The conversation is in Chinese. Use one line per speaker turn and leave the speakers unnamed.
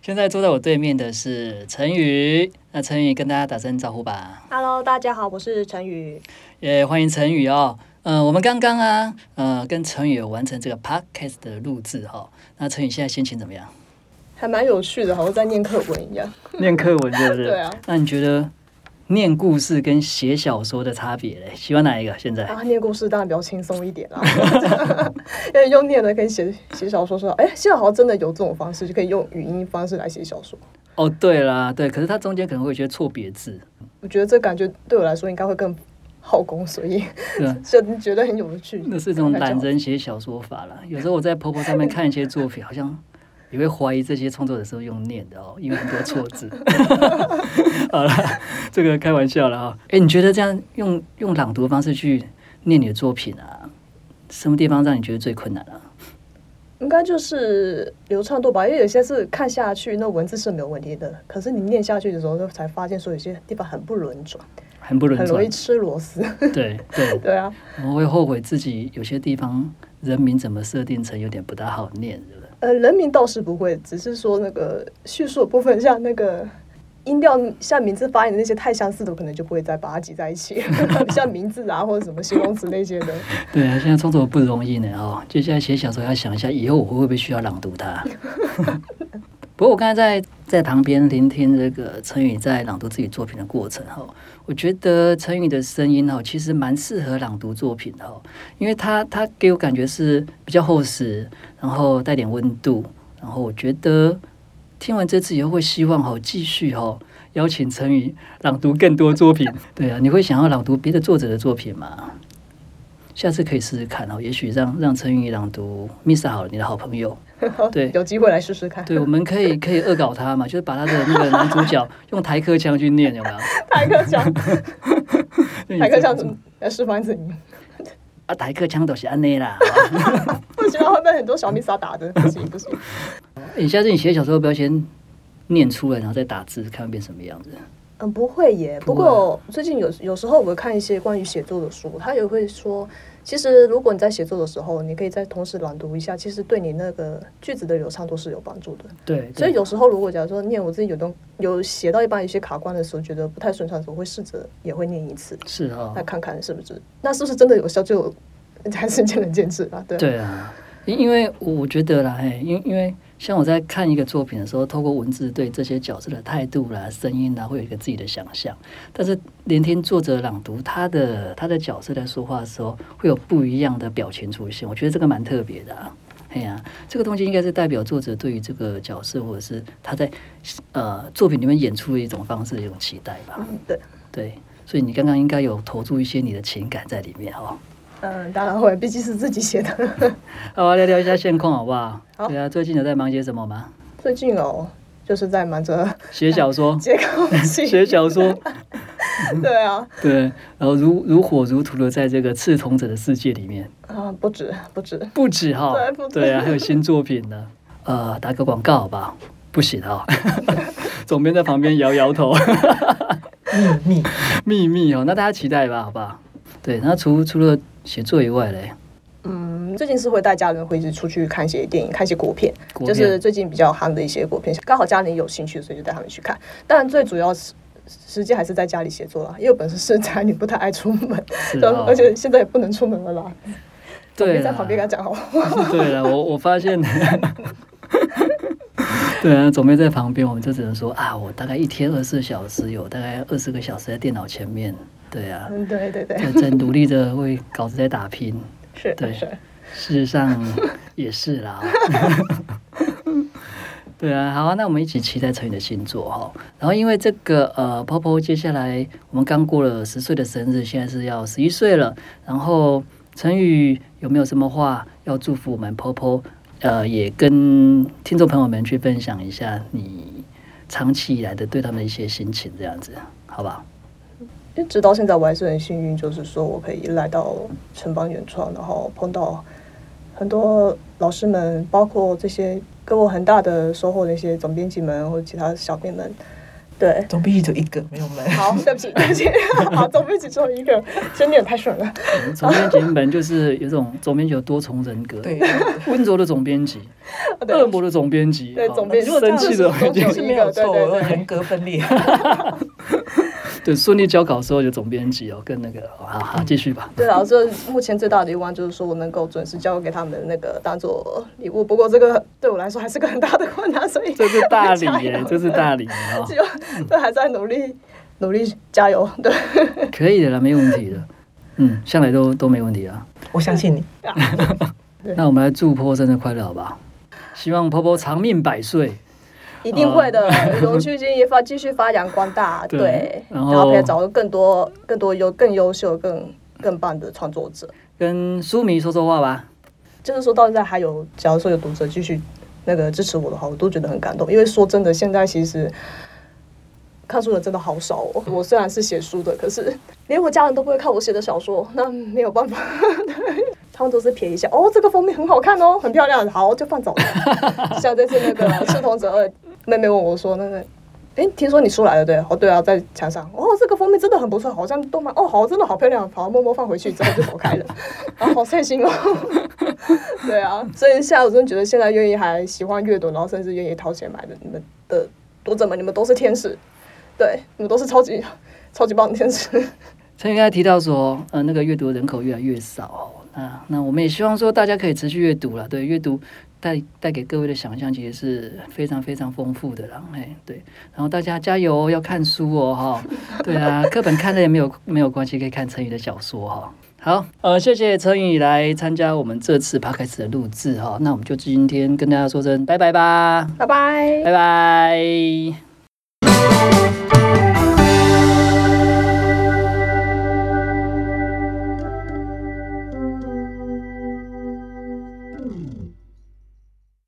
现在坐在我对面的是陈宇，那陈宇跟大家打声招呼吧，
Hello，大家好，我是陈宇。
也欢迎陈宇哦。呃，我们刚刚啊，呃，跟陈宇有完成这个 podcast 的录制哈、哦。那陈宇现在心情怎么样？
还蛮有趣的，好像在念课文一样。
念课文是不是？
对啊。
那你觉得念故事跟写小说的差别嘞？喜欢哪一个？现在？
然后啊念故事当然比较轻松一 点啦，因为用念的可以写写小说说，哎、现在好像真的有这种方式，就可以用语音方式来写小说。
哦，对啦，对，可是它中间可能会有一些错别字，
我觉得这感觉对我来说应该会更耗功，所以
对吧？
就觉得很有趣。
那是一种
大概
懒
就好
人写小说法啦。有时候我在 p o 上面看一些作品，好像也会怀疑这些创作者是不是用念的哦，因为很多错 字。好了，这个开玩笑了啊、哦。哎，你觉得这样用用朗读方式去念你的作品啊，什么地方让你觉得最困难啊？
应该就是流畅度吧，因为有些是看下去那文字是没有问题的，可是你念下去的时候，才发现说有些地方很不轮转，
很不轮
很容
转
易，吃螺丝。
对对，
对啊，
我会后悔自己有些地方人名怎么设定成有点不大好念，是不是？
呃，人名倒是不会，只是说那个叙述的部分，像那个音调、像名字发音的那些太相似的，可能就不会再把它挤在一起， 像名字啊或者什么形容词那些的。
对啊，现在创作不容易呢哦。接下来写小说要想一下，以后我会不会需要朗读它？ 不过我刚才在在旁边聆听这个陈宇在朗读自己作品的过程哦，我觉得陈宇的声音哦，其实蛮适合朗读作品的哦，因为他他给我感觉是比较厚实，然后带点温度，然后我觉得听完这次以后会希望哦继续哦邀请陈宇朗读更多作品。 对啊，你会想要朗读别的作者的作品吗？下次可以试试看哦，也许让让陈宇朗读 Misa 好了，你的好朋友。对
有机会来试试看。
对，我们可以 可以恶搞他嘛，就是把他的那个男主角 用台客腔去念，有没有？
台客讲，
那你
台客
这
讲怎么来示范怎样？
啊，台客腔都是安内啦。
不行啊，会被很多小米撒打的，不行不行。
你下次你写小说，不要先念出来，然后再打字，看会变什么样子。
嗯，不会耶。
不
不
会
过最近有有时候我会看一些关于写作的书，他也会说，其实如果你在写作的时候，你可以再同时朗读一下，其实对你那个句子的流畅度是有帮助的。
对，
所以
对
有时候如果假如说念我自己有东有写到一半有些卡关的时候，觉得不太顺畅的时候，我会试着也会念一次，
是哦
来，看看是不是那是不是真的有 效就，还是见仁见智吧。对，
对啊，因因为我觉得啦，哎，因因为像我在看一个作品的时候，透过文字对这些角色的态度啦、声音啦，会有一个自己的想象。但是聆听作者朗读他的他的角色在说话的时候，会有不一样的表情出现，我觉得这个蛮特别的啊。哎呀、这个东西应该是代表作者对于这个角色，或者是他在呃作品里面演出的一种方式、一种期待吧。
嗯对，
对，所以你刚刚应该有投注一些你的情感在里面哦。
嗯，当然会，毕竟是自己写的。
好啊，聊聊一下现况好不好？
好
对啊，最近有在忙些什么吗？
最近哦，就是在忙着，
写小说
接稿
写
写，
小说，
对啊，
对，然后如如火如荼的在这个刺桐者的世界里面，
啊，不止不止，
不止哈
对不，止
对啊，还有新作品呢。呃，打个广告好不好？不行哈， 总编在旁边摇摇头。
秘密
秘密哦，那大家期待吧，好不好？对，那除除了写作以外嘞，
嗯，最近是会带家人会一起出去看一些电影，看一些国片，
国
就
片
是最近比较夯的一些国片，刚好家里有兴趣，所以就带他们去看。但最主要是时间还是在家里写作啦，因为我本身是家里不太爱出门，
是
然
哦
后而且现在也不能出门了啦，
对啊
别
啦
在旁边跟他讲好话。
对了，我我发现， 对啊，总编在旁边，我们就只能说啊，我大概一天二十四小时，有大概二十个小时在电脑前面，对啊，
嗯，对对对，
在在努力的为稿子在打拼。
是
对
是。
事实上也是啦。 对啊，好啊，那我们一起期待成宇的新作哈、然后因为这个呃，泡泡接下来我们刚过了十岁的生日，现在是要十一岁了。然后陈宇有没有什么话要祝福我们泡泡？呃，也跟听众朋友们去分享一下你长期以来的对他们的一些心情，这样子，好不好？
因为直到现在我还是很幸运，就是说我可以来到城邦原创，然后碰到很多老师们，包括这些给我很大的收获的一些总编辑们或者其他小编们，对，
总比起只有一个没有门。
好，对不起，对不 起，好，总编辑只有一个，真的太顺了。
嗯总编辑本就是有种总编辑有多重人格，
对，
温柔的总编辑，
对
恶魔的总编辑，
对
哦
总编
如果这
生
样
气的
总
就
编
是
辑
没有
对
错，
对
我
对
人格分裂。
对顺利交稿之后有总编辑哦，跟那个好好好继续吧。
对啊，这目前最大的愿望就是说我能够准时交给他们那个当做礼物。不过这个对我来说还是个很大的困难，所以
这是大 理
加
耶
油，
这是大理 啊、
只有对还在努力努力加油。 对，
哦，可以的啦，没问题的。嗯，向来都都没问题啊。
我相信你，
对
那我们来祝坡生日快乐，好不好？希望婆婆长命百岁。
一定会的， 永续经营发继续发扬光大。
嗯对
对，
然
然
后
后可以找到更多更多优更优秀更更棒的创作者。
跟书迷说说话吧。
就是说到现在还有，假如说有读者继续那个支持我的话，我都觉得很感动。因为说真的，现在其实看书人真的好少哦。我虽然是写书的，可是连我家人都不会看我写的小说，那没有办法。他们都是瞥一下，哦，这个封面很好看哦，很漂亮，好就放走了。像这次那个《赤瞳者二》，妹妹问我说，那个，哎，听说你出来了，对？哦，对啊，在墙上。哦，这个封面真的很不错，好像动漫，哦，好，真的好漂亮，好，默默放回去之后就走开了，然后好开心哦。 对啊，所以现在我真的觉得，现在愿意还喜欢阅读，然后甚至愿意掏钱买的你们的读者们，你们都是天使，对，你们都是超级超级棒的天使。
陈宇刚才提到说，呃，那个阅读人口越来越少哦，那那我们也希望说大家可以持续阅读了，对，阅读带带给各位的想象其实是非常非常丰富的啦，哎，对，然后大家加油哦，要看书哦，哈、对啊，课本看了也没有没有关系，可以看陈宇的小说哈、好，呃，谢谢陈宇来参加我们这次 p 开始的录制哈、那我们就今天跟大家说声拜拜吧，
拜拜
拜拜。